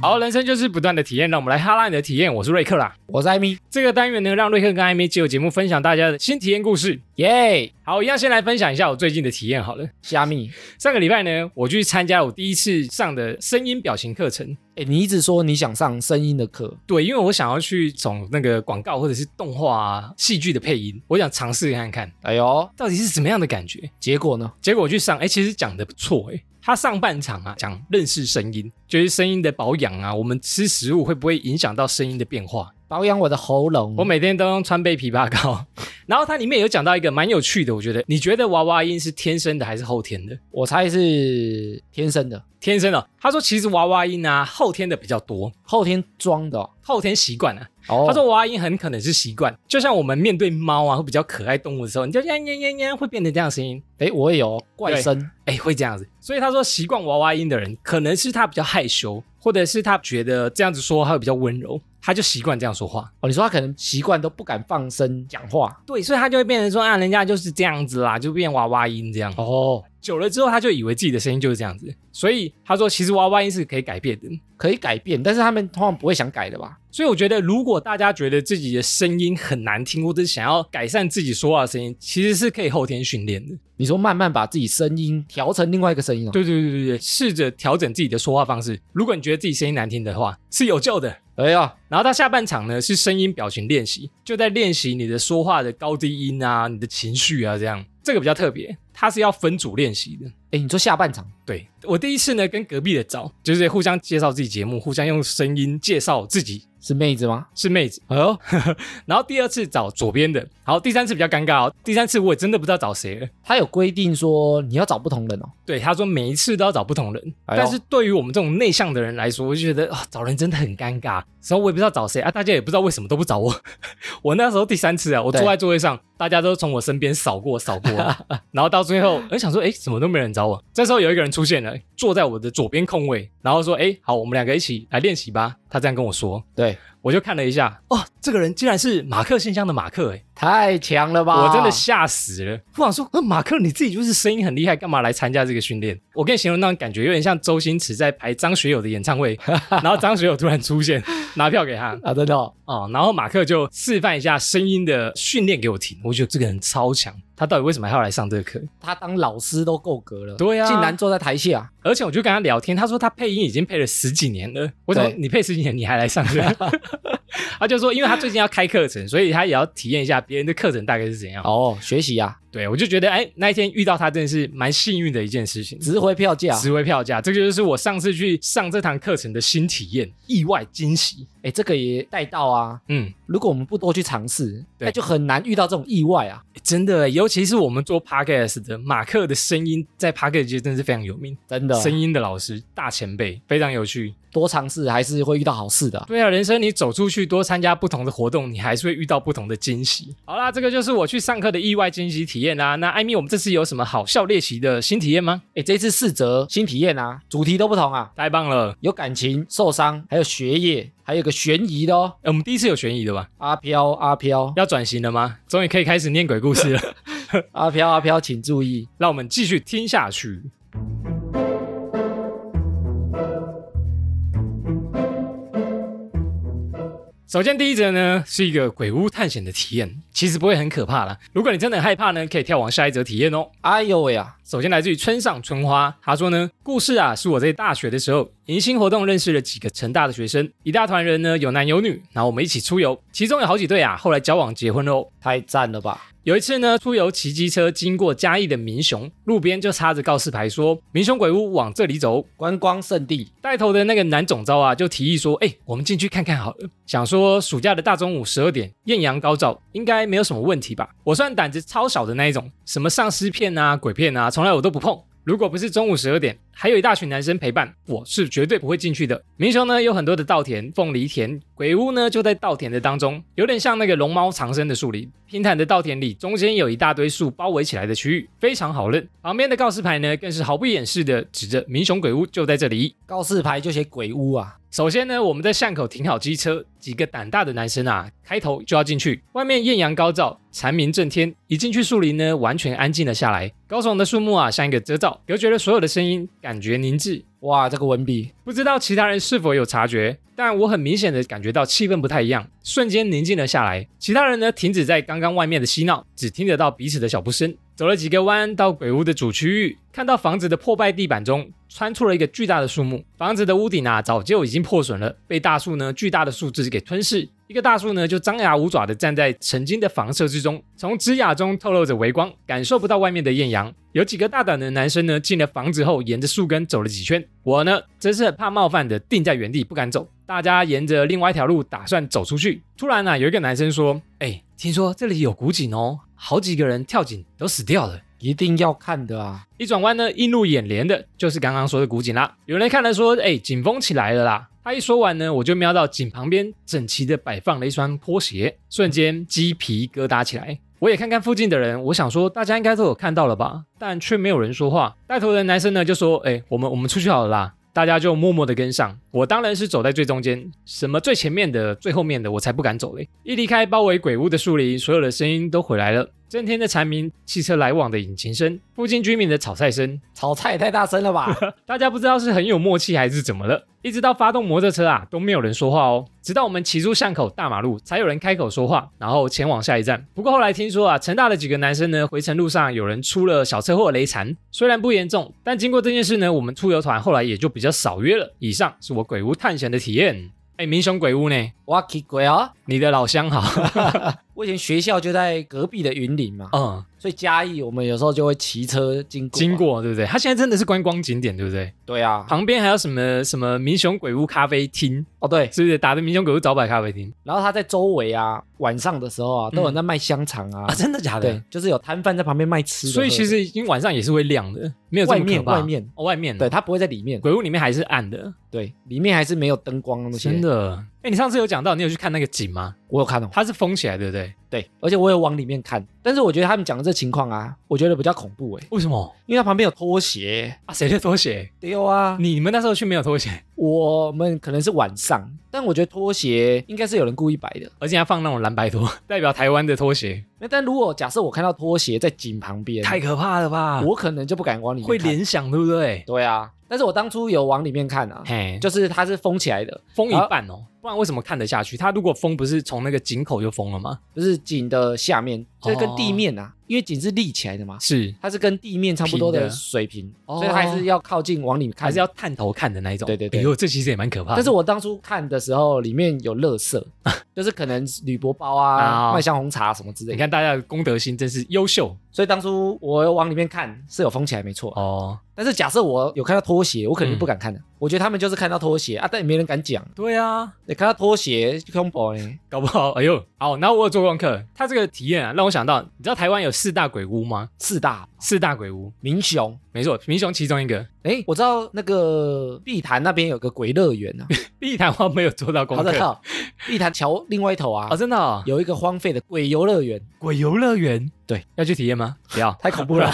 好，人生就是不断的体验，让我们来哈拉你的体验。我是瑞克啦，我是艾米，这个单元呢，让瑞克跟艾米借由节目分享大家的新体验故事。耶、好，一样先来分享一下我最近的体验好了。虾米，上个礼拜呢，我去参加我第一次上的声音表情课程。哎、你一直说你想上声音的课，对，因为我想要去从那个广告或者是动画啊、戏剧的配音，我想尝试看看哎呦，到底是怎么样的感觉。结果呢？结果我去上，哎、其实讲的不错，哎，他上半场啊讲认识声音，就是声音的保养啊，我们吃食物会不会影响到声音的变化？保养我的喉咙，我每天都用川贝枇杷膏， 然后它里面有讲到一个蛮有趣的，我觉得，你觉得娃娃音是天生的还是后天的？我猜是天生的，天生的。他说其实娃娃音啊，后天的比较多，后天装的哦。后天习惯啊。哦他说娃娃音很可能是习惯，就像我们面对猫啊，会比较可爱动物的时候，你就呀呀呀呀，会变成这样的声音。哎、我也有怪声，哎，会这样子。所以他说，习惯娃娃音的人，可能是他比较害羞，或者是他觉得这样子说他会比较温柔，他就习惯这样说话。哦，你说他可能习惯都不敢放声讲话，对，所以他就会变成说啊，人家就是这样子啦，就变娃娃音这样。哦，久了之后，他就以为自己的声音就是这样子。所以他说，其实娃娃音是可以改变的。可以改变，但是他们通常不会想改的吧？所以我觉得，如果大家觉得自己的声音很难听，或者是想要改善自己说话的声音，其实是可以后天训练的。你说慢慢把自己声音调成另外一个声音哦，对对对对对，试着调整自己的说话方式。如果你觉得自己声音难听的话，是有救的。哎呀，然后到下半场呢，是声音表情练习，就在练习你的说话的高低音啊，你的情绪啊，这样这个比较特别，它是要分组练习的。哎，你说下半场，对我第一次呢，跟隔壁的找，就是互相介绍自己节目，互相用声音介绍自己是妹子吗？是妹子。哦哎呦， 然后第二次找左边的，好，第三次比较尴尬哦。第三次我也真的不知道找谁了。他有规定说你要找不同人哦，对，他说每一次都要找不同人，哎呦但是对于我们这种内向的人来说，我就觉得啊、找人真的很尴尬。然后我也不知道找谁啊，大家也不知道为什么都不找我。 我那时候第三次啊，我对坐在座位上，大家都从我身边扫过扫过， 然后到最后，我想说，哎，怎么都没人找我？这时候有一个人出现了，坐在我的左边空位，然后说，哎，好，我们两个一起来练习吧。他这样跟我说。对，我就看了一下，哦，这个人竟然是马克信箱的马克、哎诶太强了吧？我真的吓死了！我想说，呃，马克你自己就是声音很厉害，干嘛来参加这个训练？我跟你形容那种感觉，有点像周星驰在排张学友的演唱 会，然后张学友突然出现，拿票给他啊，真的、哦，哦，然后马克就示范一下声音的训练给我听。我觉得这个人超强，他到底为什么还要来上这个课？他当老师都够格了，对啊竟然坐在台下，而且我就跟他聊天，他说他配音已经配了十几年了。我说对你配十几年，你还来上课？ 他就说，因为他最近要开课程，所以他也要体验一下别人的课程大概是怎样。哦，学习啊，对，我就觉得，哎，那一天遇到他真的是蛮幸运的一件事情，值回票价。值回票价。这个就是我上次去上这堂课程的新体验，意外惊喜。哎，这个也带到啊。嗯，如果我们不多去尝试，对那就很难遇到这种意外啊。真的，欸尤其是我们做 podcast 的马克的声音，在 podcast 界真的是非常有名，真的，声音的老师大前辈，非常有趣。多尝试还是会遇到好事的啊。对啊，人生你走出去多参加不同的活动，你还是会遇到不同的惊喜。好啦，这个就是我去上课的意外惊喜体验啦。那艾米，我们这次有什么好笑猎奇的新体验吗？哎，这次四则新体验啊，主题都不同啊，太棒了！有感情、受伤，还有学业，还有一个悬疑的哦。呃我们第一次有悬疑的吧？阿飘，阿飘，要转型了吗？终于可以开始念鬼故事了，阿飘，阿飘，请注意，让我们继续听下去。首先，第一则呢是一个鬼屋探险的体验，其实不会很可怕啦。如果你真的很害怕呢，可以跳往下一则体验哦。哎呦喂啊，首先来自于村上春花，他说呢，故事啊是我在大学的时候迎新活动认识了几个成大的学生，一大团人呢有男有女，然后我们一起出游，其中有好几对啊后来交往结婚喽。太赞了吧！有一次呢，出游骑机车经过嘉义的民雄，路边就插着告示牌说“民雄鬼屋往这里走观光圣地”。，带头的那个男总招啊，就提议说：“哎、我们进去看看好了。”想说暑假的大中午十二点，艳阳高照，应该没有什么问题吧？我算胆子超小的那一种，什么丧尸片啊、鬼片啊，从来我都不碰。如果不是中午十二点，还有一大群男生陪伴，我是绝对不会进去的。民雄呢有很多的稻田、凤梨田，鬼屋呢就在稻田的当中，有点像那个龙猫藏身的树林。平坦的稻田里，中间有一大堆树包围起来的区域，非常好认。旁边的告示牌呢更是毫不掩饰的指着民雄鬼屋就在这里。告示牌就写鬼屋啊，首先呢，我们在巷口停好机车，几个胆大的男生啊，开头就要进去。外面艳阳高照，蝉鸣震天，一进去树林呢，完全安静了下来。高耸的树木啊，像一个遮罩，隔绝了所有的声音，感觉宁静。哇，这个文笔，不知道其他人是否有察觉，但我很明显的感觉到气氛不太一样，瞬间宁静了下来。其他人呢，停止在刚刚外面的嬉闹，只听得到彼此的小步声。走了几个弯，到鬼屋的主区域，看到房子的破败地板中穿出了一个巨大的树木。房子的屋顶啊，早就已经破损了，被大树呢巨大的树枝给吞噬。一个大树呢，就张牙舞爪地站在曾经的房舍之中，从枝桠中透露着微光，感受不到外面的艳阳。有几个大胆的男生呢，进了房子后，沿着树根走了几圈。我呢，真是很怕冒犯的，定在原地不敢走。大家沿着另外一条路打算走出去，突然啊呢、有一个男生说：“哎，听说这里有古井哦，好几个人跳井都死掉了。”一定要看的啊！一转弯呢，映入眼帘的就是刚刚说的古井啦。有人看了说：“哎、井封起来了啦！”他一说完呢，我就瞄到井旁边整齐的摆放了一双拖鞋，瞬间鸡皮疙瘩起来。我也看看附近的人，我想说大家应该都有看到了吧，但却没有人说话。带头的男生呢就说：“哎、我们我们出去好了啦。”大家就默默的跟上，我当然是走在最中间，什么最前面的、最后面的，我才不敢走嘞。一离开包围鬼屋的树林，所有的声音都回来了，震天的蝉鸣、汽车来往的引擎声、附近居民的炒菜声，炒菜也太大声了 吧？大家不知道是很有默契还是怎么了，一直到发动摩托车啊都没有人说话哦，直到我们骑出巷口大马路才有人开口说话，然后前往下一站。不过后来听说啊，成大的几个男生呢，回程路上有人出了小车祸雷残，虽然不严重，但经过这件事呢，我们出游团后来也就比较少约了。以上是我鬼屋探险的体验。哎，民雄鬼屋呢？哇，奇鬼啊！你的老乡好，我以前学校就在隔壁的云林嘛，嗯，所以嘉义我们有时候就会骑车经过。啊经？过对不对？他现在真的是观光景点对不对？对啊。旁边还有什么什么民雄鬼屋咖啡厅，哦对，是不是？打的民雄鬼屋早摆咖啡厅然后他在周围啊，晚上的时候啊，都有人在卖香肠嗯啊，啊？真的假的？对，就是有摊贩在旁边卖吃的。所以其喝实已经晚上也是会亮的，没有这的外么可面怕。外面，哦，外面对，，他不会在里面，鬼屋里面还是暗的，对，里面还是没有灯光那些。真，的。哎，你上次有讲到你有去看那个井吗？我有看哦。它是封起来，对不对？对，而且我有往里面看，但是我觉得他们讲的这情况啊，我觉得比较恐怖哎，为什么因为他旁边有拖鞋。啊？谁的拖鞋？对啊，你你们那时候去没有拖鞋，我们可能是晚上，但我觉得拖鞋应该是有人故意摆的。而且还放那种蓝白拖， 代表台湾的拖鞋，那但如果假设我看到拖鞋在井旁边，太可怕了吧？我可能就不敢往里面会看联想，对不对？对啊，但是我当初有往里面看啊，嘿，就就是它是封起来的，封一半哦，不然为什么看得下去？它如果封，不是从那个井口就封了吗？就是井的下面，就是跟哦地面啊，因为井是立起来的嘛，是，它是跟地面差不多平的的水平，哦所以它还是要靠近往里看，还是要探头看的那一种。对对对哎呦，这其实也蛮可怕的。但是我当初看的时候，里面有垃圾， 就是可能铝箔包啊、啊麦香红茶什么之类你的。看大家的公德心真是优秀所以当初我往里面看是有封起来没错，啊哦。但是假设我有看到拖鞋，我可能就不敢嗯看了。我觉得他们就是看到拖鞋啊，但也没人敢讲。对啊，你看到拖鞋就恐怖呢，搞不好，哎呦，好，然后我有做功课，他这个体验啊，让我想到，你知道台湾有四大鬼屋吗？四大四大鬼屋，民雄。没错，民雄其中一个。哎，我知道那个碧潭那边有个鬼乐园 啊，碧潭湾没有做到功好的课，靠，碧潭桥另外一头啊哦，，真的、哦，有一个荒废的鬼游乐园，鬼游乐园，对，要去体验吗？不要 。太 恐怖了。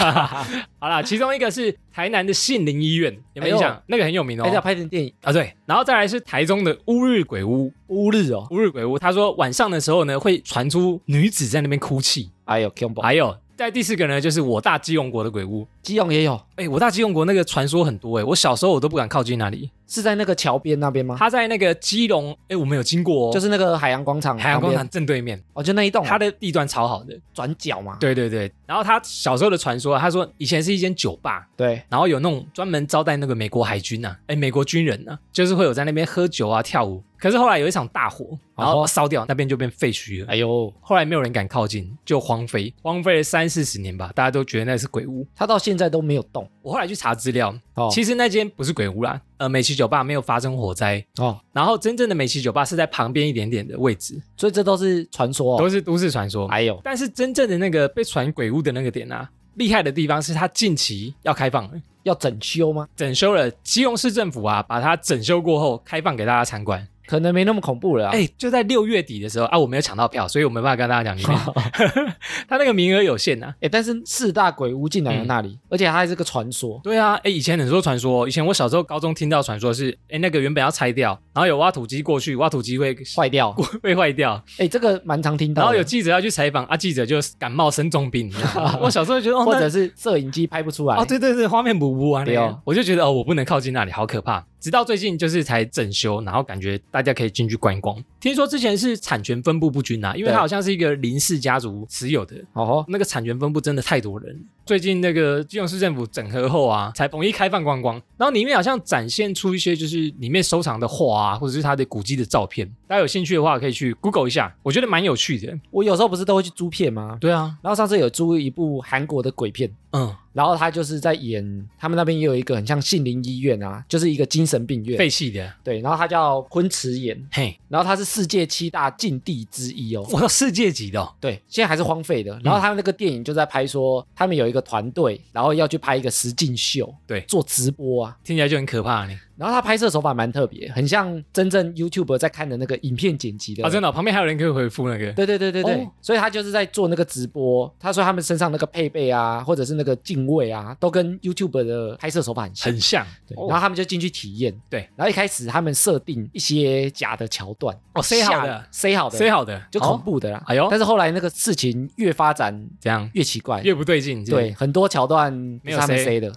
好啦，其中一个是台南的杏林医院，有没有哎呦印象？那个很有名哦还。是要拍成电影啊，对，然后再来是台中的乌日鬼屋，乌日哦，乌日鬼屋，他说晚上的时候呢，会传出女子在那边哭泣。哎呦恐怖，还有，在第四个呢，就是我大基隆国的鬼屋。基隆也有，哎，我大基隆国那个传说很多哎，我小时候我都不敢靠近那里。是在那个桥边那边吗？他在那个基隆，哎，我们有经过哦，就是那个海洋广场旁边，海洋广场正对面，哦，就那一栋啊，它的地段超好的。转角嘛。对对对，然后他小时候的传说，他说以前是一间酒吧，对，然后有那种专门招待那个美国海军啊，哎，美国军人啊，就是会有在那边喝酒啊、跳舞。可是后来有一场大火，哦然后烧掉，那边就变废墟了。哎呦，后来没有人敢靠近，就荒废，荒废了三四十年吧，大家都觉得那是鬼屋。他到现在都没有动我后来去查资料，哦。其实那间不是鬼屋啦，呃，美琪酒吧没有发生火灾，哦，然后真正的美琪酒吧是在旁边一点点的位置，所以这都是传说哦。都是都市传说。哎呦，但是真正的那个被传鬼屋的那个点啊，厉害的地方是它近期要开放了，要整修吗？整修了。基隆市政府啊，把它整修过后开放给大家参观。可能没那么恐怖了啊。哎、就在六月底的时候啊，我没有抢到票，所以我没办法跟大家讲 里面，他那个名额有限啊。哎、但是四大鬼屋竟然有那里，嗯而且它还是个传说。对啊，哎、以前很多传说，以前我小时候高中听到传说是，哎、那个原本要拆掉，然后有挖土机过去，挖土机会坏掉，会 坏掉，哎、这个蛮常听然到后的。有记者要去采访啊，记者就感冒生重病。你知道吗 我小时候就觉得，哦，或那者是摄影机拍不出来，哦，对对对，画面模糊啊，那对个哦我就觉得哦，我不能靠近那里，好可怕。直到最近就是才整修，然后感觉大家可以进去观光。听说之前是产权分布不均啊，因为它对好像是一个林氏家族持有的，哦吼，那个产权分布真的太多人了。最近那个基隆市政府整合后啊，才统一开放观光，然后里面好像展现出一些就是里面收藏的画啊，或者是它的古迹的照片。大家有兴趣的话，可以去 Google 一下，我觉得蛮有趣的。我有时候不是都会去租片吗？对啊，然后上次有租一部韩国的鬼片，嗯，然后他就是在演他们那边也有一个很像杏林医院啊，就是一个精神病院。废弃的，对，然后它叫昆池岩，嘿，然后它是世界七大禁地之一哦。我到世界级的哦、对，现在还是荒废嗯的。然后他们那个电影就在拍说，他们有一个团队，然后要去拍一个实境秀，对做直播啊。听起来就很可怕呢。然后他拍摄手法蛮特别，很像真正 YouTube 在看的那个影片剪辑的。啊，真的哦、旁边还有人可以回复那个，对对对对对，哦所以他就是在做那个直播。他说他们身上那个配备啊，或者是那个敬畏啊，都跟 YouTube 的拍摄手法很像。很像。对哦然后他们就进去体验。对，然后一开始他们设定一些假的桥段，哦塞好的吓塞好的，塞好的，就哦恐怖的啦。哎呦但是后来那个事情越发展这样越奇怪，越不对劲，是不是对，，很多桥段没没有有他们塞啊塞的，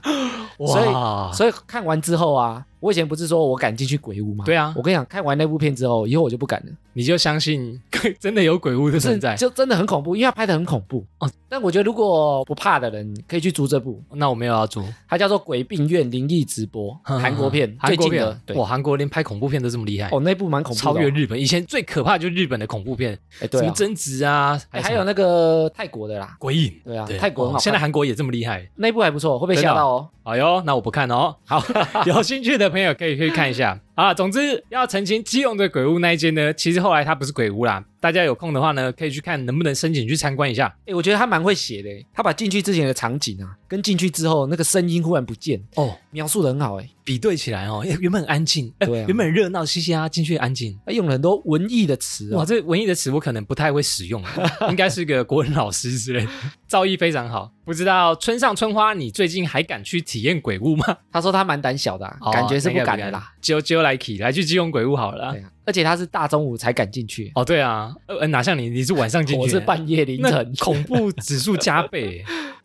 所以哇，所以看完之后啊，我以前不是说我敢进去鬼屋吗？对啊我跟你讲，看完那部片之后，以后我就不敢了，你就相信 真的有鬼屋的是存在。就真的很恐怖，因为它拍的很恐怖。哦但我觉得如果不怕的人可以去租这部，那我没有要租，它叫做《鬼病院灵异直播》，韩国片，嗯韩国最近片的，对，哇，韩国连拍恐怖片都这么厉害，哦，那部蛮恐怖的哦，超越日本。以前最可怕就是日本的恐怖片，哎，什对么啊，贞子啊，哎什还么有那个泰国的啦，鬼影，对啊，泰国很哦好看，现在韩国也这么厉害。那部还不错，会被真的吓哦到哦。哎呦，那我不看哦。好，有兴趣的朋友可以去看一下啊。总之要澄清基隆的鬼屋那一间呢，其实后来它不是鬼屋啦。大家有空的话呢，可以去看能不能申请去参观一下。 哎、我觉得他蛮会写的欸，他把进去之前的场景啊，跟进去之后那个声音忽然不见，哦，描述的很好哎，比对起来哦，哎原本很安静，哎对啊原本很热闹嘻嘻哈哈，进去安静。他用了很多文艺的词哇，哦。这文艺的词我可能不太会使用，啊 应该是个国文老师之类的，造诣非常好。不知道村上春花，你最近还敢去体验鬼屋吗？哦他说他蛮胆小的啊、 感觉是不敢的啦。。揪揪来起来去基隆鬼屋好了啦对。啊，而且他是大中午才敢进去，哦，对啊，呃，哪像你，你是晚上进去，我是半夜凌那，晨 恐怖指数加倍。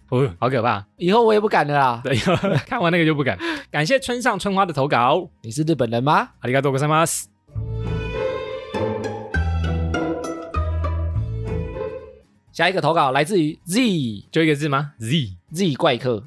哦，好可怕！以后我也不敢了啦。对， 看完那个就不敢。感谢村上春花的投稿，你是日本人吗？阿里嘎多ございます。下一个投稿来自于 Z 就一个字吗？Z， Z 怪客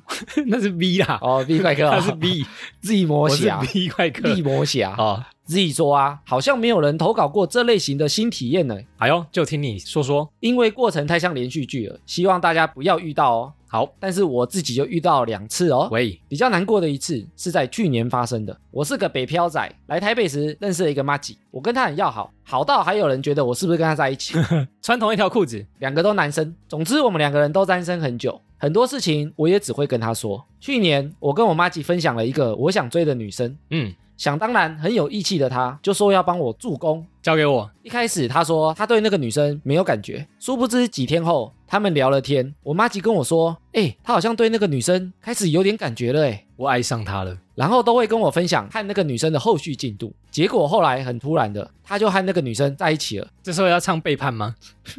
那是 V 啦，哦，V 怪客、那哦、是 V， Z 魔我是侠 V 快客 ，V。魔侠。哦， Z 说啊，好像没有人投稿过这类型的新体验呢，哎呦，就听你说说。因为过程太像连续剧了，希望大家不要遇到哦。好，但是我自己就遇到两次哦。喂。比较难过的一次是在去年发生的。我是个北漂仔，来台北时认识了一个妈吉，我跟她很要好，好到还有人觉得我是不是跟她在一起。穿同一条裤子，两个都男生，总之我们两个人都单身很久，很多事情我也只会跟她说。去年我跟我妈吉分享了一个我想追的女生，嗯，想当然很有义气的她就说要帮我助攻，交给我。一开始他说他对那个女生没有感觉，殊不知几天后他们聊了天，我妈吉跟我说，哎、他好像对那个女生开始有点感觉了、欸，哎。我爱上他了，然后都会跟我分享和那个女生的后续进度，结果后来很突然的，他就和那个女生在一起了。这时候要唱背叛吗？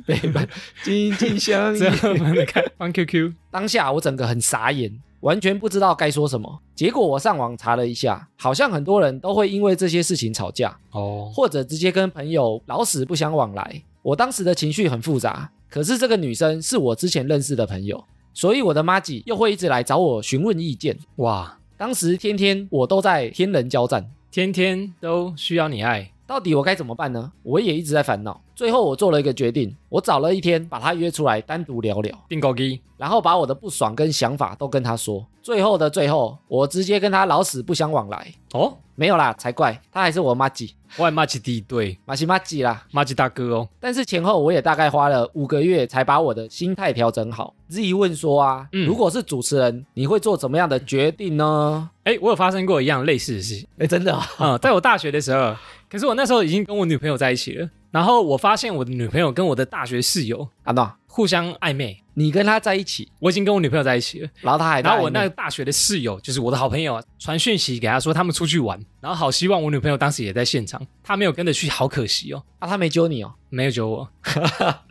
对吧？紧紧 相 这样我们看放 QQ，当下我整个很傻眼，完全不知道该说什么。结果我上网查了一下，好像很多人都会因为这些事情吵架，哦，或者直接跟朋友老死不相往来。我当时的情绪很复杂，可是这个女生是我之前认识的朋友，所以我的妈吉又会一直来找我询问意见。哇，当时天天我都在天人交战，天天都需要你爱，到底我该怎么办呢？我也一直在烦恼。最后我做了一个决定，我找了一天把她约出来单独聊聊，定高机，然后把我的不爽跟想法都跟她说。最后的最后，我直接跟她老死不相往来。哦，没有啦，才怪，她还是我妈吉，我爱马吉第一对，马西妈吉啦。马吉大哥哦，但是前后我也大概花了五个月才把我的心态调整好。Z 问说啊，嗯如果是主持人，你会做怎么样的决定呢？哎，我有发生过一样类似的事，哎，真的、嗯，在我大学的时候，可是我那时候已经跟我女朋友在一起了，然后我发现我的女朋友跟我的大学室友啊那，互相暧昧。你跟他在一起，我已经跟我女朋友在一起了，然后他还在然后我暧那昧个大学的室友就是我的好朋友啊，传讯息给他说他们出去玩，然后好希望我女朋友当时也在现场，她没有跟着去，好可惜哦，啊他没揪你哦，没有揪我。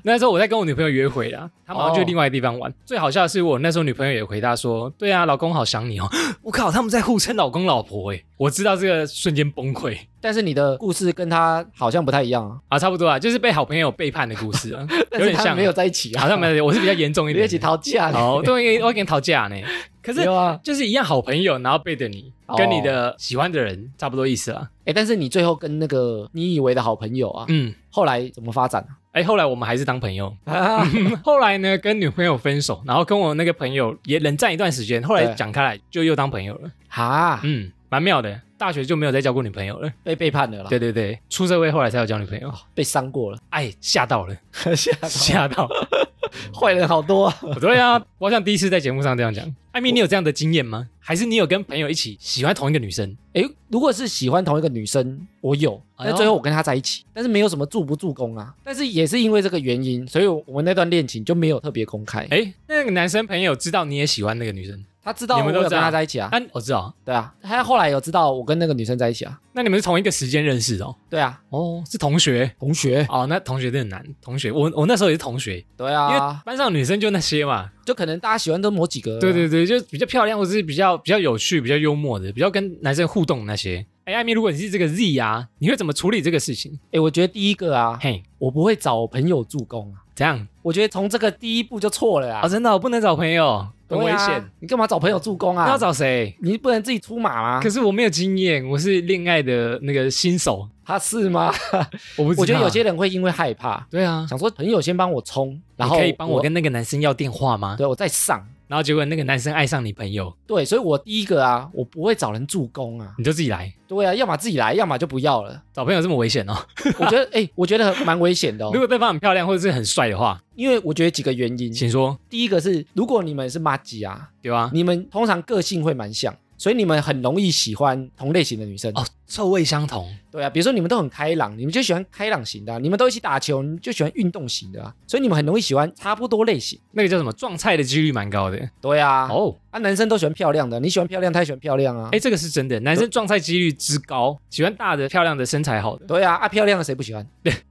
那时候我在跟我女朋友约会啦，她马上去哦另外一个地方玩。最好笑的是，我那时候女朋友也回答说：“对啊，老公好想你哦。” 我靠，他们在互称老公老婆诶、欸我知道这个瞬间崩溃。但是你的故事跟他好像不太一样啊，啊，差不多啊，就是被好朋友背叛的故事啊，有 但是点他像啊，没有在一起啊，好像没 有，我是比较严重一你们点，一起吵架嘞，哦，对，我跟你讨价呢，可没是有啊，就是一样好朋友，然后背着你，哦跟你的喜欢的人差不多意思啊啦，哎，但是你最后跟那个你以为的好朋友啊，嗯。后来怎么发展啊？哎，后来我们还是当朋友。啊后来呢，跟女朋友分手，然后跟我那个朋友也冷战一段时间。后来对啊讲开来，就又当朋友了。 哈，嗯，蛮妙的。大学就没有再交过女朋友了。被背叛了啦，对对对，出社会后来才有交女朋友。被伤过了，哎，吓到了，哦 吓到吓到。坏人好多啊。对啊，我好像第一次在节目上这样讲。艾米，你有这样的经验吗？还是你有跟朋友一起喜欢同一个女生？诶，哎如果是喜欢同一个女生，我有，哎呦但最后我跟她在一起，但是没有什么助不助攻啊。但是也是因为这个原因，所以我们那段恋情就没有特别公开。哎，那个男生朋友知道你也喜欢那个女生？他知道你我们都有这跟样她在一起啊，啊，我知道。对啊，他后来有知道我跟那个女生在一起啊，那你们是同一个时间认识的哦？对啊，哦，是同学同学，哦。那同学真的很难。同学，我我那时候也是同学，因对为啊，班上女生就那些嘛。就可能大家喜欢都某几个，啊对啊对，对，就比较漂亮或者是比较比较有趣、比较幽默的，比较跟男生互动的那些。哎，艾米，如果你是这个 Z 啊，你会怎么处理这个事情？诶，哎我觉得第一个啊，嘿，我不会找朋友助攻啊，怎样？我觉得从这个第一步就错了啊，啊，真的、哦、不能找朋友，很危对啊险。，你干嘛找朋友助攻那啊要？找谁？你不能自己出马吗可？是我没有经验，我是恋爱的那个新手，他是吗？我不知道。我觉得有些人会因为害怕，对啊，想说朋友先帮我冲，然后你可以帮我跟那个男生要电话吗？对我再上。然后结果那个男生爱上你朋友，对，所以我第一个啊，我不会找人助攻啊。你就自己来。对啊，要么自己来，要么就不 要了。找朋友这么危险哦！我觉得，哎、我觉得很蛮危险的、哦如，果对方很漂亮或者是很帅的话，因为我觉得几个原因。请说，第一个是，如果你们是妈吉啊，对吧？你们通常个性会蛮像，所以你们很容易喜欢同类型的女生。哦，臭味相同，对啊，比如说你们都很开朗，你们就喜欢开朗型的啊、你们都一起打球，你就喜欢运动型的啊，所以你们很容易喜欢差不多类型。那个叫什么撞菜的几率蛮高的对啊，哦。啊，男生都喜欢漂亮的，你喜欢漂亮，他也喜欢漂亮啊。哎，这个是真的，男生撞菜几率之高，喜欢大的、漂亮的、身材好的，对啊，啊漂亮的谁不喜欢？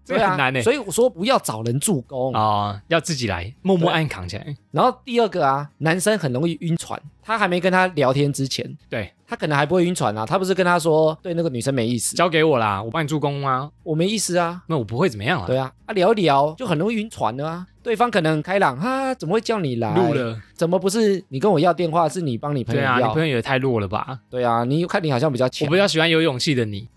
这个很难呢。啊所以我说不要找人助攻。啊，要自己来，默默对暗扛起来。然后第二个啊，男生很容易晕船，他还没跟他聊天之前，对，他可能还不会晕船啊。他不是跟他说对那个女生没意思，交给我啦，我帮你助攻啊。我没意思啊。那我不会怎么样啦对，啊，啊聊一聊就很容易晕船了啊。对方可能很开朗，哈、怎么会叫你来？录，了。怎么不是你跟我要电话，是你帮你朋对友啊，你哎要？朋友也太弱了 吧？对啊，你看你好像比较我强，比较喜欢有勇气的 你，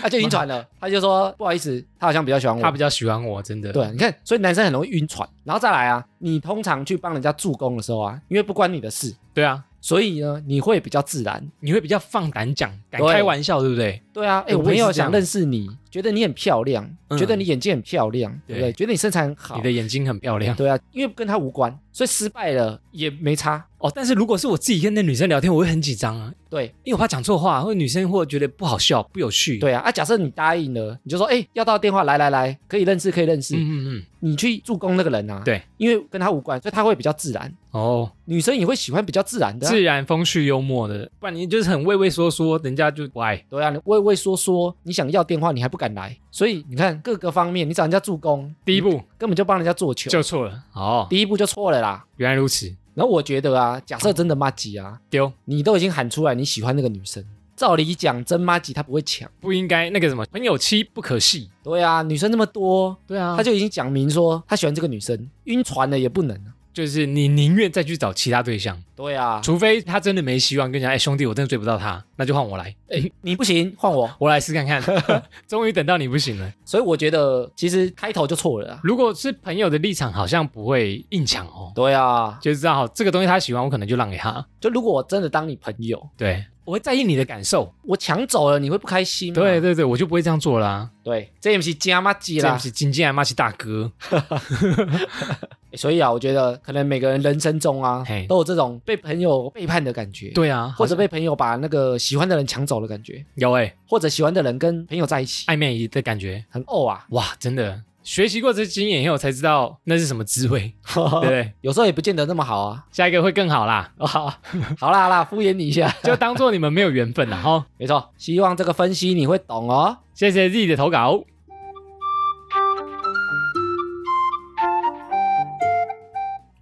他就晕船了。他就说不好意思，他好像比较喜欢我。他比较喜欢我，真的。，对，你看，所以男生很容易晕船。然后再来啊，你通常去帮人家助攻的时候啊，因为不关你的事，对啊，所以呢，你会比较自然。你会比较放胆讲，敢对开玩笑，对不对？对啊，哎、哎我我也朋是友这样想认识你，觉得你很漂亮，嗯觉得你眼睛很漂亮，对不对？对觉得你身材很好你的。眼睛很漂亮对啊，因为跟他无关，所以失败了也没差。哦。但是如果是我自己跟那女生聊天，我会很紧张啊，对因为我怕讲错话，或者女生或者觉得不好笑、不有趣。，对啊，啊，假设你答应了，你就说，哎、要到电话，来来来，可以认识，可以认识。嗯嗯嗯，你去助攻那个人啊，对，因为跟他无关，所以他会比较自然。哦，女生也会喜欢比较自然的啊、自然、风趣、幽默的，不然你就是很畏畏缩缩，人家就不爱。对啊，你畏畏缩缩，你想要电话你还不敢来，所以你看各个方面，你找人家助攻，第一步根本就帮人家做嗯球，就错了。哦，第一步就错了啦。原来如此，然后我觉得啊，假设真的妈吉啊，丢你都已经喊出来你喜欢那个女生，照理讲真妈吉她不会抢。不应该那个什么朋友妻不可戏。对啊，女生那么多，对啊她他就就已经讲明说她喜欢这个女生，晕船了也不能啊。就是你宁愿再去找其他对象，对啊，除非他真的没希望，跟你讲，哎，兄弟，我真的追不到他，那就换我来，你不行，换我。我来试看看。 终于等到你不行了。所以我觉得其实开头就错了啊。如果是朋友的立场，好像不会硬抢哦，对啊，就知道哦这个东西他喜欢，我可能就让给他。就如果我真的当你朋友，对，我会在意你的感受。我抢走了你会不开心吗？对对对，我就不会这样做啦。对，这也不是加妈吉这啦不。是金靖还骂起大哥。所以啊，我觉得可能每个人人生中啊嘿，都有这种被朋友背叛的感觉，，对啊，或者被朋友把那个喜欢的人抢走的感觉，有哎、或者喜欢的人跟朋友在一起，暧昧的感觉，很呕啊。哇，真的学习过这经验以后才知道那是什么滋味， 对不对？有时候也不见得那么好啊。下一个会更好啦， 啊，好啦好啦，敷衍你一下，就当做你们没有缘分了哈。没错。希望这个分析你会懂哦。谢谢 Z 的投稿。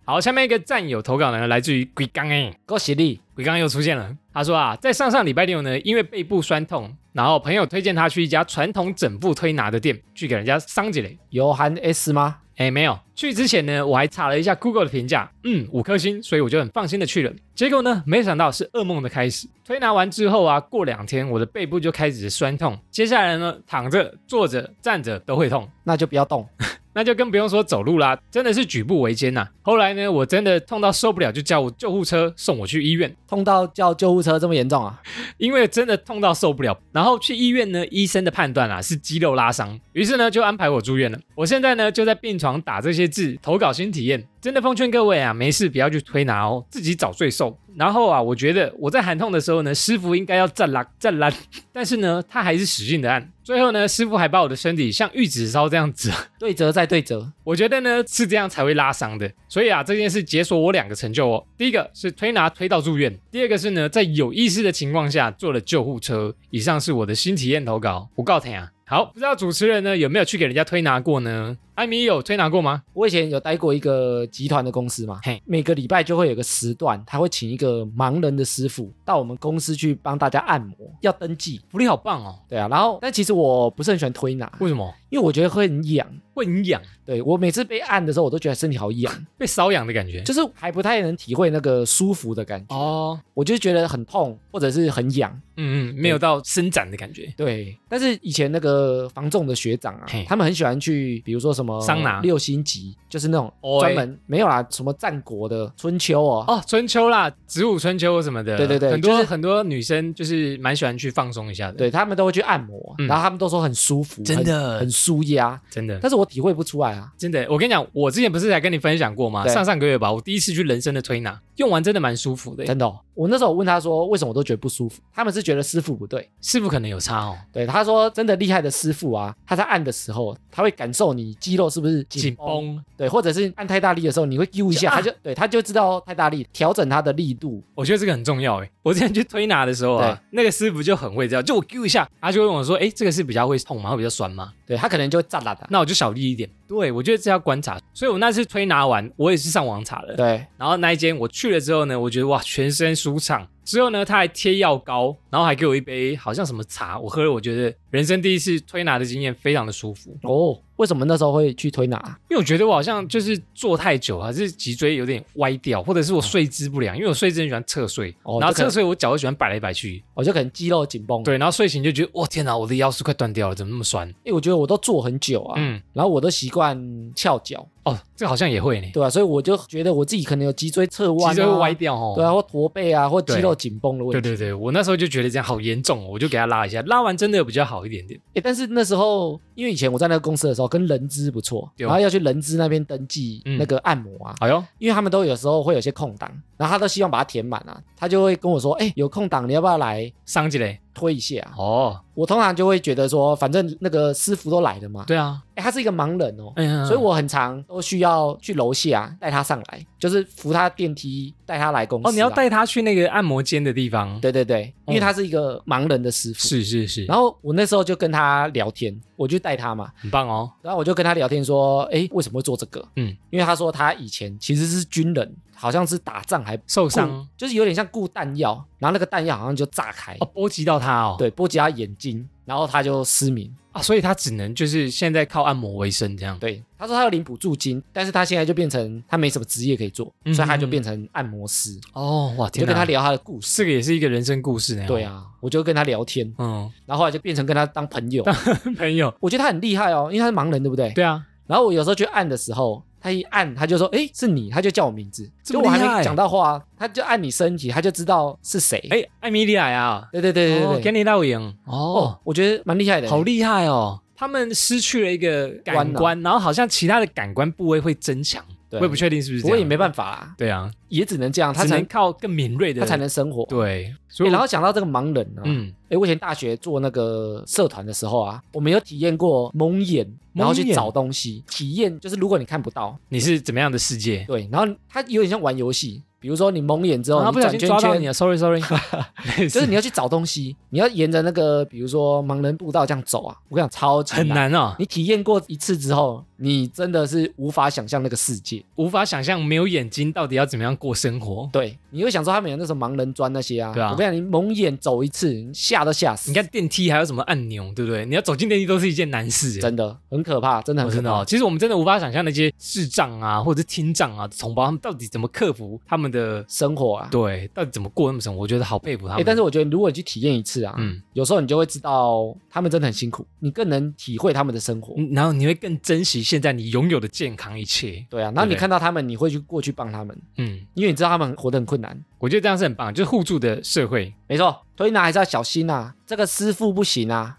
好，下面一个战友投稿呢，来自于鬼刚哎，恭喜你，鬼刚又出现了。他说啊，在上上礼拜六呢，因为背部酸痛，然后朋友推荐他去一家传统整部推拿的店去给人家桑几嘞。有含 S 吗？哎，没有去之前呢，我还查了一下 Google 的评价，嗯，五颗星，所以我就很放心的去了。结果呢，没想到是噩梦的开始。推拿完之后啊，过两天我的背部就开始酸痛，接下来呢，躺着、坐着、站着都会痛。那就不要动。那就更不用说走路啦，真的是举步维艰呐、后来呢，我真的痛到受不了，就叫我救护车送我去医院，痛到叫救护车这么严重啊？ 因为真的痛到受不了。然后去医院呢，医生的判断啊是肌肉拉伤，于是呢就安排我住院了。我现在呢就在病床打这些字，投稿新体验。真的奉劝各位啊，没事不要去推拿哦，自己找罪受。然后啊，我觉得我在喊痛的时候呢，师傅应该要站拉站拉，但是呢他还是使劲的按。最后呢，师傅还把我的身体像玉子烧这样折对折再对折，我觉得呢是这样才会拉伤的，所以啊这件事解锁我两个成就哦。第一个是推拿推到住院，第二个是呢在有意识的情况下坐了救护车。以上是我的新体验投稿，我告诉你啊。好，不知道主持人呢有没有去给人家推拿过呢？艾米有推拿过吗？我以前有待过一个集团的公司嘛嘿，每个礼拜就会有个时段，他会请一个盲人的师傅到我们公司去帮大家按摩，要登记。福利好棒哦，对啊，然后但其实我不是很喜欢推拿，为什么？因为我觉得会很痒。会很痒，对我每次被按的时候，我都觉得身体好痒，被瘙痒的感觉。就是还不太能体会那个舒服的感觉。哦，我就觉得很痛或者是很痒。嗯嗯，没有到伸展的感觉。对，但是以前那个防重的学长啊嘿，他们很喜欢去，比如说什么桑拿六星级，就是那种哦专门、没有啦，什么战国的春秋哦，哦，春秋啦，子午春秋什么的，对对对很多、就是很多女生就是蛮喜欢去放松一下的，，对他们都会去按摩，嗯然后他们都说很舒服，真的很很舒压，真的。但是我体会不出来啊。真的，我跟你讲，我之前不是才跟你分享过吗？对上上个月吧，我第一次去人生的推拿，用完真的蛮舒服的。真的哦、我那时候问他说为什么我都觉得不舒服，他们是觉得师傅不对。师傅可能有差哦，对，他说真的厉害的师傅啊，他在按的时候，他会感受你肌肉是不是紧紧绷，绷。对，或者是按太大力的时候，你会揪一 就啊下，他就对，他就知道太大力，调整他的力度，我觉得这个很重要诶。我之前去推拿的时候啊，那个师傅就很会这样，就我揪一下，他就会问我说：“哎，这个是比较会痛吗？会比较酸吗对他可能就会炸啦的？”。那我就小力一点。对，我觉得这要观察。所以我那次推拿完，我也是上网查的。对，然后那一间我去了之后呢，我觉得哇，全身舒畅。之后呢，他还贴药膏，然后还给我一杯好像什么茶，我喝了，我觉得人生第一次推拿的经验非常的舒服。哦，为什么那时候会去推拿？因为我觉得我好像就是坐太久，还是脊椎有点歪掉，或者是我睡姿不良，因为我睡姿很喜欢侧睡，哦然后这个侧睡我脚又喜欢摆来摆去，我就可能肌肉紧绷。，对，然后睡醒就觉得哇天哪，我的腰是快断掉了，怎么那么酸？因为我觉得我都坐很久啊，嗯，然后我都习惯翘脚，哦，这好像也会呢，对吧、所以我就觉得我自己可能有脊椎侧弯、啊，脊椎会歪掉哦。对啊，或驼背啊，或肌对肉紧绷的问对题。对对，我那时候就觉得这样好严重哦，我就给他拉一下，拉完真的有比较好一点点。诶但是那时候，因为以前我在那个公司的时候，跟人资不错，对哦然后要去人资那边登记嗯那个按摩啊，哎呦，因为他们都有时候会有些空档，然后他都希望把它填满啊，他就会跟我说：“哎、有空档你要不要来伤起嘞，推一下、啊哦，？”我通常就会觉得说，反正那个师傅都来了嘛，对啊，哎、他是一个盲人哦，哎呀，所以我很常都需要去楼下带他上来，就是扶他电梯带他来公司、哦，啊你要？带他去那个按摩间的地方，，对对对，因为嗯他是一个盲人的师傅。是是是，然后我那时候就跟他聊天，我就带他嘛，很棒哦，然后我就跟他聊天说，哎，为什么会做这个？嗯，因为他说他以前其实是军人，好像是打仗还受顾伤，就是有点像固弹药，然后那个弹药好像就炸开，啊哦，波及到他哦，对，波及他眼睛，然后他就失明。啊，所以他只能就是现在靠按摩为生这样。对，他说他要领补助金，但是他现在就变成他没什么职业可以做，嗯所以他就变成按摩师。哦，哇，我就天跟他哪，聊他的故事。这个也是一个人生故事呢。对，啊，我就跟他聊天，嗯，然后后来就变成跟他当朋友。 朋友，我觉得他很厉害哦，因为他是盲人，对不对？对啊，然后我有时候去按的时候，他一按他就说：“哎，是你。”他就叫我名字，这就么我还厉害没讲到话，啊他就按你身体，他就知道是谁。哎，哎，艾米莉亚呀，对对对哦对给对对，你倒影，哦哦，，我觉得蛮厉害的。好厉害哦。他们失去了一个感弯官，然后好像其他的感官部位会增强，对我也不确定是不是不这过样。也没办法啦，对啊，也只能这样，他只才能靠更敏锐的，他才能哎生活。对。所诶以，然后讲到这个盲人啊，嗯，哎，我以前大学做那个社团的时候啊，我们有体验过蒙眼，然后去蒙眼找东西。体验就是如果你看不到，你是怎么样的世界？对，然后它有点像玩游戏，比如说你蒙眼之后，啊，你不小转心圈抓到圈你，了，sorry sorry， 就是你要去找东西，你要沿着那个比如说盲人步道这样走啊，我跟你讲超级很难啊，你体验过一次之后，你真的是无法想象那个世界。无法想象没有眼睛到底要怎么样过生活。对，你会想说他们有那什么盲人砖那些啊？对啊我跟你讲，你蒙眼走一次，你吓都吓死。你看电梯还有什么按钮，对不对？你要走进电梯都是一件难事。真的很可怕，真的很我可真的、怕。哦，其实我们真的无法想象那些视障啊，或者是听障啊的同胞，他们到底怎么克服他们的生活啊，对，到底怎么过那么生活？我觉得好佩服他哎、们。但是我觉得如果你去体验一次啊，嗯有时候你就会知道他们真的很辛苦，你更能体会他们的生活。嗯，然后你会更珍惜现在你拥有的健康一切。对啊，然后对你不对看到他们，你会去过去帮他们，嗯，因为你知道他们活得很困难。我觉得这样是很棒，就是互助的社会。没错，推拿还是要小心啊，这个师傅不行啊。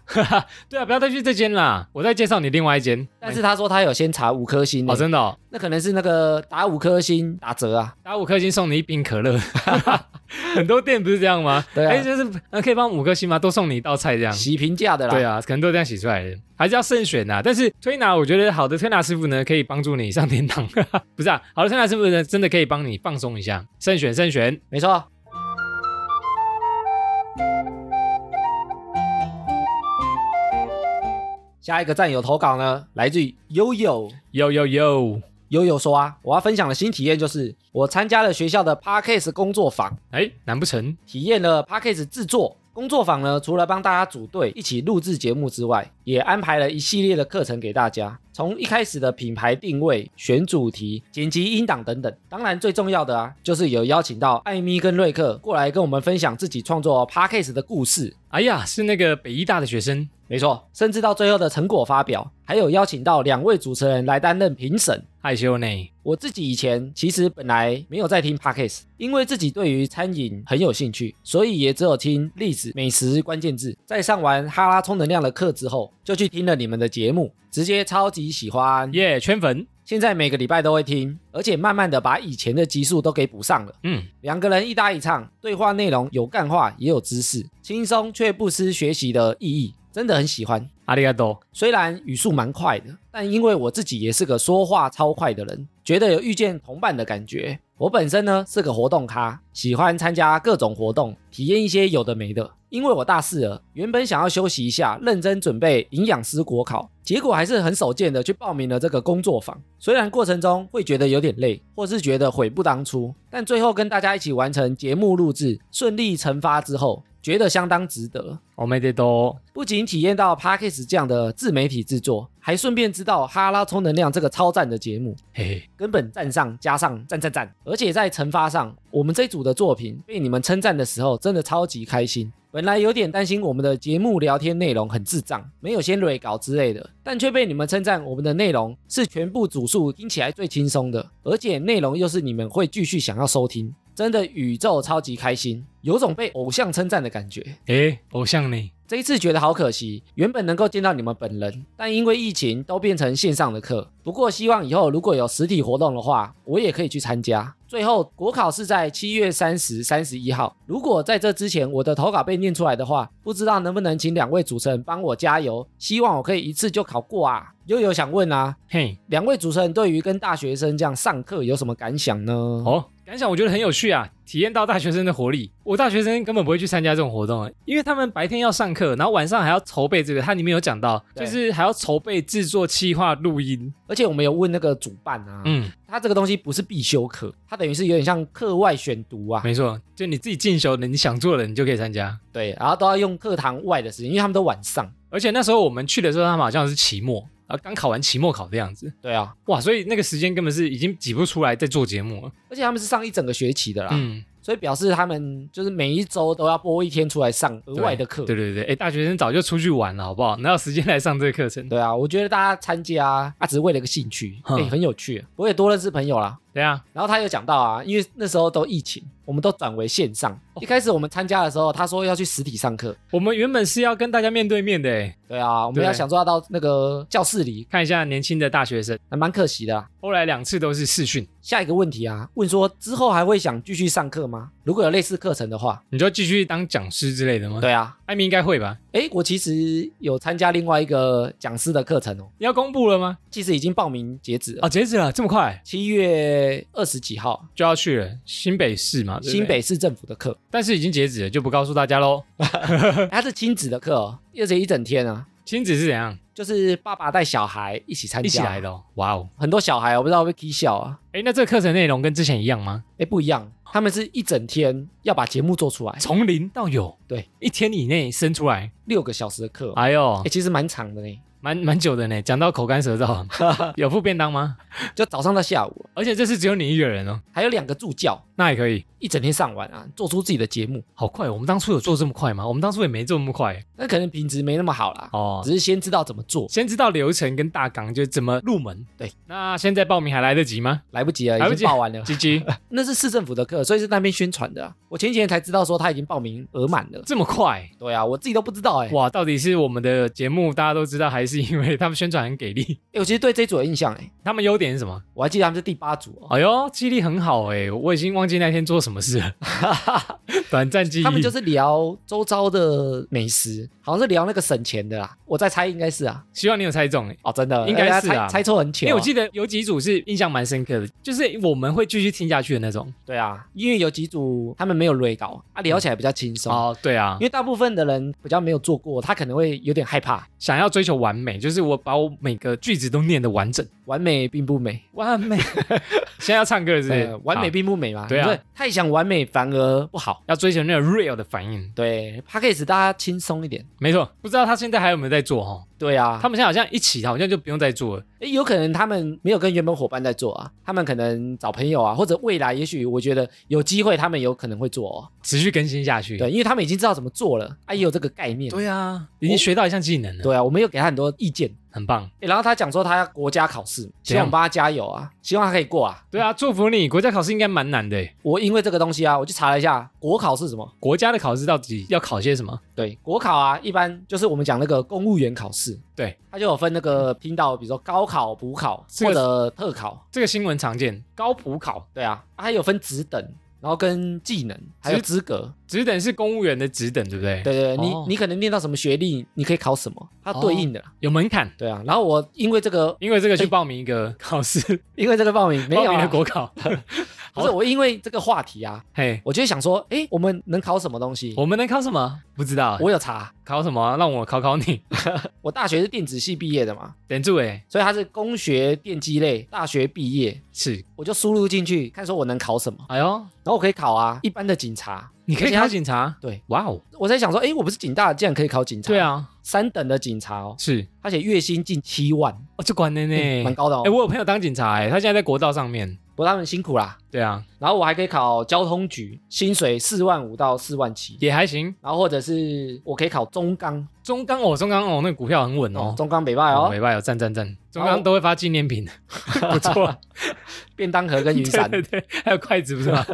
对啊，不要再去这间啦，我再介绍你另外一间。但是他说他有先查五颗星、哦，欸，真的、哦，那可能是那个打五颗星打折啊。打五颗星送你一瓶可乐， 很多店不是这样吗？对啊哎、就是呃可以帮五颗星吗？多送你一道菜这样。洗评价的啦。对啊，可能都这样洗出来的，还是要慎选呐、但是推拿，我觉得好的推拿师傅呢，可以帮助你上天堂。 不是啊，好的推拿师傅呢，真的可以帮你放松一下，慎选慎选。没错。下一个战友投稿呢，来自于悠悠。有有有，悠悠说啊，我要分享的新体验就是，我参加了学校的 Parkes 工作坊，哎，难不成体验了 Parkes 制作。工作坊呢，除了帮大家组队一起录制节目之外，也安排了一系列的课程给大家，从一开始的品牌定位、选主题、剪辑音档等等。当然，最重要的啊，就是有邀请到艾米跟瑞克过来跟我们分享自己创作 Parkes 的故事，哎呀，是那个北医大的学生，没错，甚至到最后的成果发表，还有邀请到两位主持人来担任评审。害羞呢。我自己以前其实本来没有在听 podcast，因为自己对于餐饮很有兴趣，所以也只有听历史、美食关键字。在上完哈拉充能量的课之后，就去听了你们的节目，直接超级喜欢。耶、圈粉，现在每个礼拜都会听，而且慢慢的把以前的集数都给补上了。嗯，两个人一搭一唱，对话内容有干话也有知识，轻松却不失学习的意义，真的很喜欢。阿里嘎多，虽然语速蛮快的，但因为我自己也是个说话超快的人，觉得有遇见同伴的感觉。我本身呢是个活动咖，喜欢参加各种活动，体验一些有的没的。因为我大四了，原本想要休息一下，认真准备营养师国考，结果还是很手贱的去报名了这个工作坊。虽然过程中会觉得有点累，或是觉得悔不当初，但最后跟大家一起完成节目录制，顺利成发之后，觉得相当值得。我没得多，不仅体验到 Parkes 这样的自媒体制作，还顺便知道哈拉充能量这个超赞的节目，嘿嘿，根本站上加上赞赞赞！而且在惩罚上，我们这组的作品被你们称赞的时候，真的超级开心。本来有点担心我们的节目聊天内容很智障，没有先蕊稿之类的，但却被你们称赞我们的内容是全部组数听起来最轻松的，而且内容又是你们会继续想要收听，真的宇宙超级开心，有种被偶像称赞的感觉。哎，偶像呢？这一次觉得好可惜，原本能够见到你们本人，但因为疫情都变成线上的课。不过希望以后如果有实体活动的话，我也可以去参加。最后，国考是在七月三十、三十一号。如果在这之前我的投稿被念出来的话，不知道能不能请两位主持人帮我加油，希望我可以一次就考过啊！又有想问啊，嘿，两位主持人对于跟大学生这样上课有什么感想呢？哦，哦，感想我觉得很有趣啊，体验到大学生的活力。我大学生根本不会去参加这种活动，啊因为他们白天要上课，然后晚上还要筹备这个。它里面有讲到，对就是还要筹备制作、企划、录音。而且我们有问那个主办啊，嗯，他这个东西不是必修课，它等于是有点像课外选读啊。没错，就你自己进修的，你想做的你就可以参加。对，然后都要用课堂外的时间，因为他们都晚上。而且那时候我们去的时候，他们好像是期末，啊，刚考完期末考的样子。对啊，哇，所以那个时间根本是已经挤不出来在做节目了。而且他们是上一整个学期的啦，嗯，所以表示他们就是每一周都要播一天出来上额外的课。对对对，哎，大学生早就出去玩了，好不好？哪有时间来上这个课程？啊对啊，我觉得大家参加啊，只是为了一个兴趣，哼哎、很有趣，我也多认识朋友啦。对啊，然后他有讲到啊，因为那时候都疫情，我们都转为线上。哦一开始我们参加的时候，他说要去实体上课。我们原本是要跟大家面对面的，哎，对啊，我们对要想说要到那个教室里，看一下年轻的大学生，还蛮可惜的、啊。后来两次都是视讯，下一个问题啊，问说之后还会想继续上课吗？如果有类似课程的话，你就继续当讲师之类的吗？，对啊，艾米应该会吧？诶，我其实有参加另外一个讲师的课程哦，你要公布了吗？其实已经报名截止了啊，，截止了，这么快七月二十几号，就要去了，新北市嘛，对不对新，北市政府的 课，但是已经截止了，就不告诉大家喽。它是亲子的课哦，而且一整天啊，亲子是怎样就是爸爸带小孩一起参加，一起来的、哦？哇哦！很多小孩我不知道会不会踢笑啊，哎，那这个课程内容跟之前一样吗？诶，不一样，他们是一整天要把节目做出来，从零到有，对，一天以内生出来。六个小时的课、哦，哎呦诶，，其实蛮长的呢，蛮蛮久的呢，讲到口干舌燥。 有付便当吗？就早上到下午，而且这次只有你一个人哦，还有两个助教。那也可以。一整天上完啊，做出自己的节目，好快哦，我们当初有做这么快吗？我们当初也没做那么快那可能品质没那么好啦，哦。只是先知道怎么做，先知道流程跟大纲，就是怎么入门。对，那现在报名还来得及 吗？来不及了，来已不及经报完了。鸡鸡，那是市政府的课，所以是那边宣传的啊、我前几天才知道说他已经报名额满了。这么快 对啊，我自己都不知道哎、欸。哇！到底是我们的节目大家都知道，还是因为他们宣传很给力？ 欸我其实对这一组有印象哎、欸，他们优点是什么？我还记得他们是第八组哦。哎呦，记忆力很好哎、我已经忘记那天做什么事 了，短暂记忆。他们就是聊周遭的美食，好像是聊那个省钱的啦。我在猜应该是啊，希望你有猜中哎、哦，真的应该哎是猜啊猜错很巧、因为我得记得有几组是印象蛮深刻的，就是我们会继续听下去的那种。对啊，因为有几组他们没有累稿啊，聊起来比较轻松。哦，对啊因，为大部分的人比较没有做过，他可能会有点害怕。想要追求完美，就是我把我每个句子都念得完整，完美并不美，完美。 现在要唱歌了是不是呃，完美好并不美嘛。对啊你说太想完美反而不好。要追求那个 real 的反应，对 p a c k a g e 大家轻松一点。没错。不知道他现在还有没有在做哦？对啊，他们现在好像一起，好像就不用再做了。诶，有可能他们没有跟原本伙伴在做啊，他们可能找朋友啊，或者未来也许我觉得有机会，他们有可能会做哦。持续更新下去。对，因为他们已经知道怎么做了，啊，也有这个概念。对啊，已经学到一项技能了，对啊，我们有给他很多意见。很棒。诶，然后他讲说他要国家考试，希望我们帮他加油啊，希望他可以过啊。对啊，祝福你！国家考试应该蛮难的耶，我因为这个东西啊，我去查了一下国考是什么。国家的考试到底要考些什么？对，国考啊，一般就是我们讲那个公务员考试，对，它就有分那个拼到，比如说高考、补考这或个者特考。这个新闻常见，高普考，对啊，啊还有分职等，然后跟技能，还有职资格。职等是公务员的职等，对不对？，对对，对你、哦你可能念到什么学历，你可以考什么，它对应的啦。有门槛。对啊，然后我因为这个，因为这个去报名一个考试，因为这个报名 没报有、名啊的，国 考，不是我因为这个话题啊，嘿，我就想说，哎，我们能考什么东西？我我们能考什么？不知道，有查，考什么啊？让我考考你。我大学是电子系毕业的嘛，等住哎，所以它是工学电机类，大学毕业，是，我就输入进去看说我能考什么，哎呦，然后我可以考啊，一般的警察。你可而以且他考警察，对，哇哦，我在想说，哎，我不是警大，竟然可以考警察？对，啊，三等的警察哦，是，他写月薪近七万，哦，这关的呢，诶蛮哎，高的哦。我有朋友当警察，哎，他现在在国道上面，不过他们辛苦啦，对啊，然后我还可以考交通局，薪水四万五到四万七，也还行。然后或者是我可以考中钢中钢哦，中钢哦，那个股票很稳哦哦，，中钢北外哦尾，巴有赞赞赞，中然钢后都会发纪念 品，不错，便当盒跟雨伞， 对对，对还有筷子不是吗？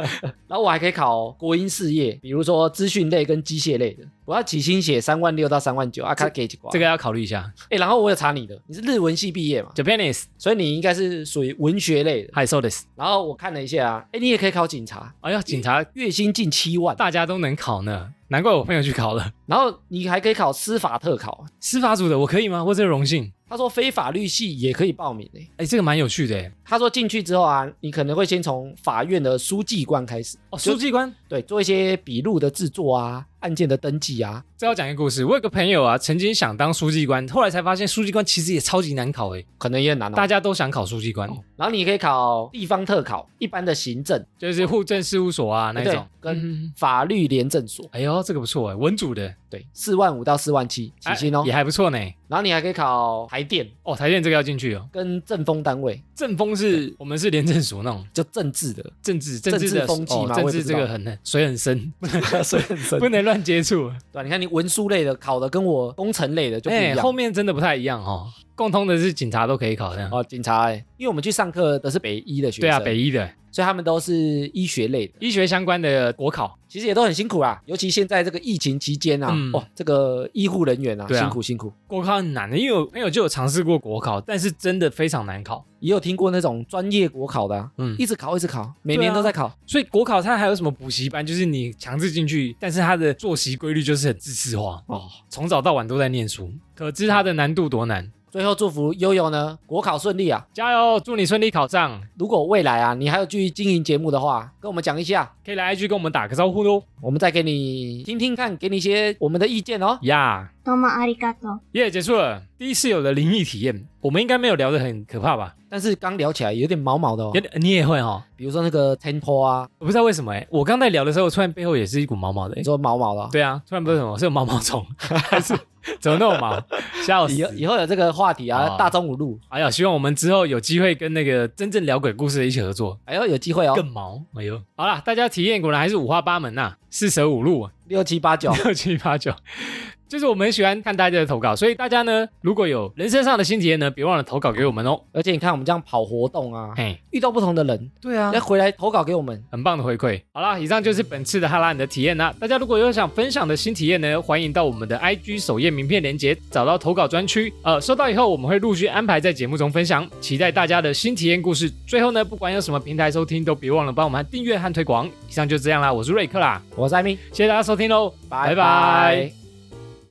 然后我还可以考国营事业，比如说资讯类跟机械类的，我要起薪写三万六到三万九啊，他给几挂这。个要考虑一下。哎，然后我有查你的，你是日文系毕业嘛， Japanese 所以你应该是属于文学类的。还有 this，然后我看了一下啊，哎，你也可以考警察，哎呀，警察月薪近七万，大家都能考呢，难怪我朋友去考了。然后你还可以考司法特考。司法组的我可以吗？我这个荣幸。他说非法律系也可以报名诶、哎，这个蛮有趣的哎。他说进去之后啊，你可能会先从法院的书记官开始，哦，书记官，对，做一些笔录的制作啊、案件的登记啊。这要讲一个故事。我有个朋友啊，曾经想当书记官，后来才发现书记官其实也超级难考哎，可能也很难、大哦。家都想考书记官，然后你也可以考地方特考、一般的行政、就是户政事务所啊那一哎对种。跟嗯法律廉政所，哎呦，这个不错哎，文组的对，四万五到四万七起薪哦哎。也还不错呢。然后你还可以考台电哦，台电这个要进去哦。跟政风单位，政风是我们是廉政署那种就政治的 政治政政治治的风气哦嘛政我也治不知这道个很水很 深，水很深不能乱接触。对啊、你看你文书类的考的跟我工程类的就不一哎、样。后面真的不太一样哦。共通的是警察都可以考这样。哦，警察、欸，因为我们去上课的是北医的学生，对啊，北医的所以他们都是医学类的，医学相关的国考，其实也都很辛苦啦。尤其现在这个疫情期间啊，嗯哇，这个医护人员啊，对啊辛苦辛苦。国考很难的，因为我朋友就有尝试过国考，但是真的非常难考。也有听过那种专业国考的、啊，嗯一直考一直考，每对啊年都在考。所以国考它还有什么补习班？就是你强制进去，但是它的作息规律就是很自式化哦，从早到晚都在念书，可知它的难度多难。最后祝福悠悠呢，国考顺利啊！加油，祝你顺利考上！如果未来啊，你还有继续经营节目的话，跟我们讲一下，可以来 IG 跟我们打个招呼喽我们再给你听听看，给你一些我们的意见哦。呀！どうもありがとう。耶、结束了第一次有的灵异体验，我们应该没有聊得很可怕吧？但是刚聊起来有点毛毛的哦有，点你也会哦，比如说那个 tempo 啊，我不知道为什么哎、我刚才聊的时候，突然背后也是一股毛毛的、欸你。说毛毛的、哦，对啊，突然不知道为什么是有毛毛 虫，还是怎么那么毛？笑死！以后以后有这个话题啊，哦大中午录，哎呀，希望我们之后有机会跟那个真正聊鬼故事的一起合作，哎呦有机会哦更，毛。哎呦，好啦，大家体验果然还是五花八门呐、四舍五入，六七 八九六七八九。就是我们很喜欢看大家的投稿，所以大家呢，如果有人生上的新体验呢，别忘了投稿给我们哦。而且你看我们这样跑活动啊，嘿，遇到不同的人，对啊要回来投稿给我们。很棒的回馈。好啦，以上就是本次的哈拉你的体验啦。大家如果有想分享的新体验呢，欢迎到我们的 IG 首页名片连接，找到投稿专区。呃，收到以后我们会陆续安排在节目中分享，期待大家的新体验故事。最后呢，不管用什么平台收听，都别忘了帮我们订阅和推广。以上就这样啦，我是瑞克啦，我是艾米，谢谢大家收听喽，拜拜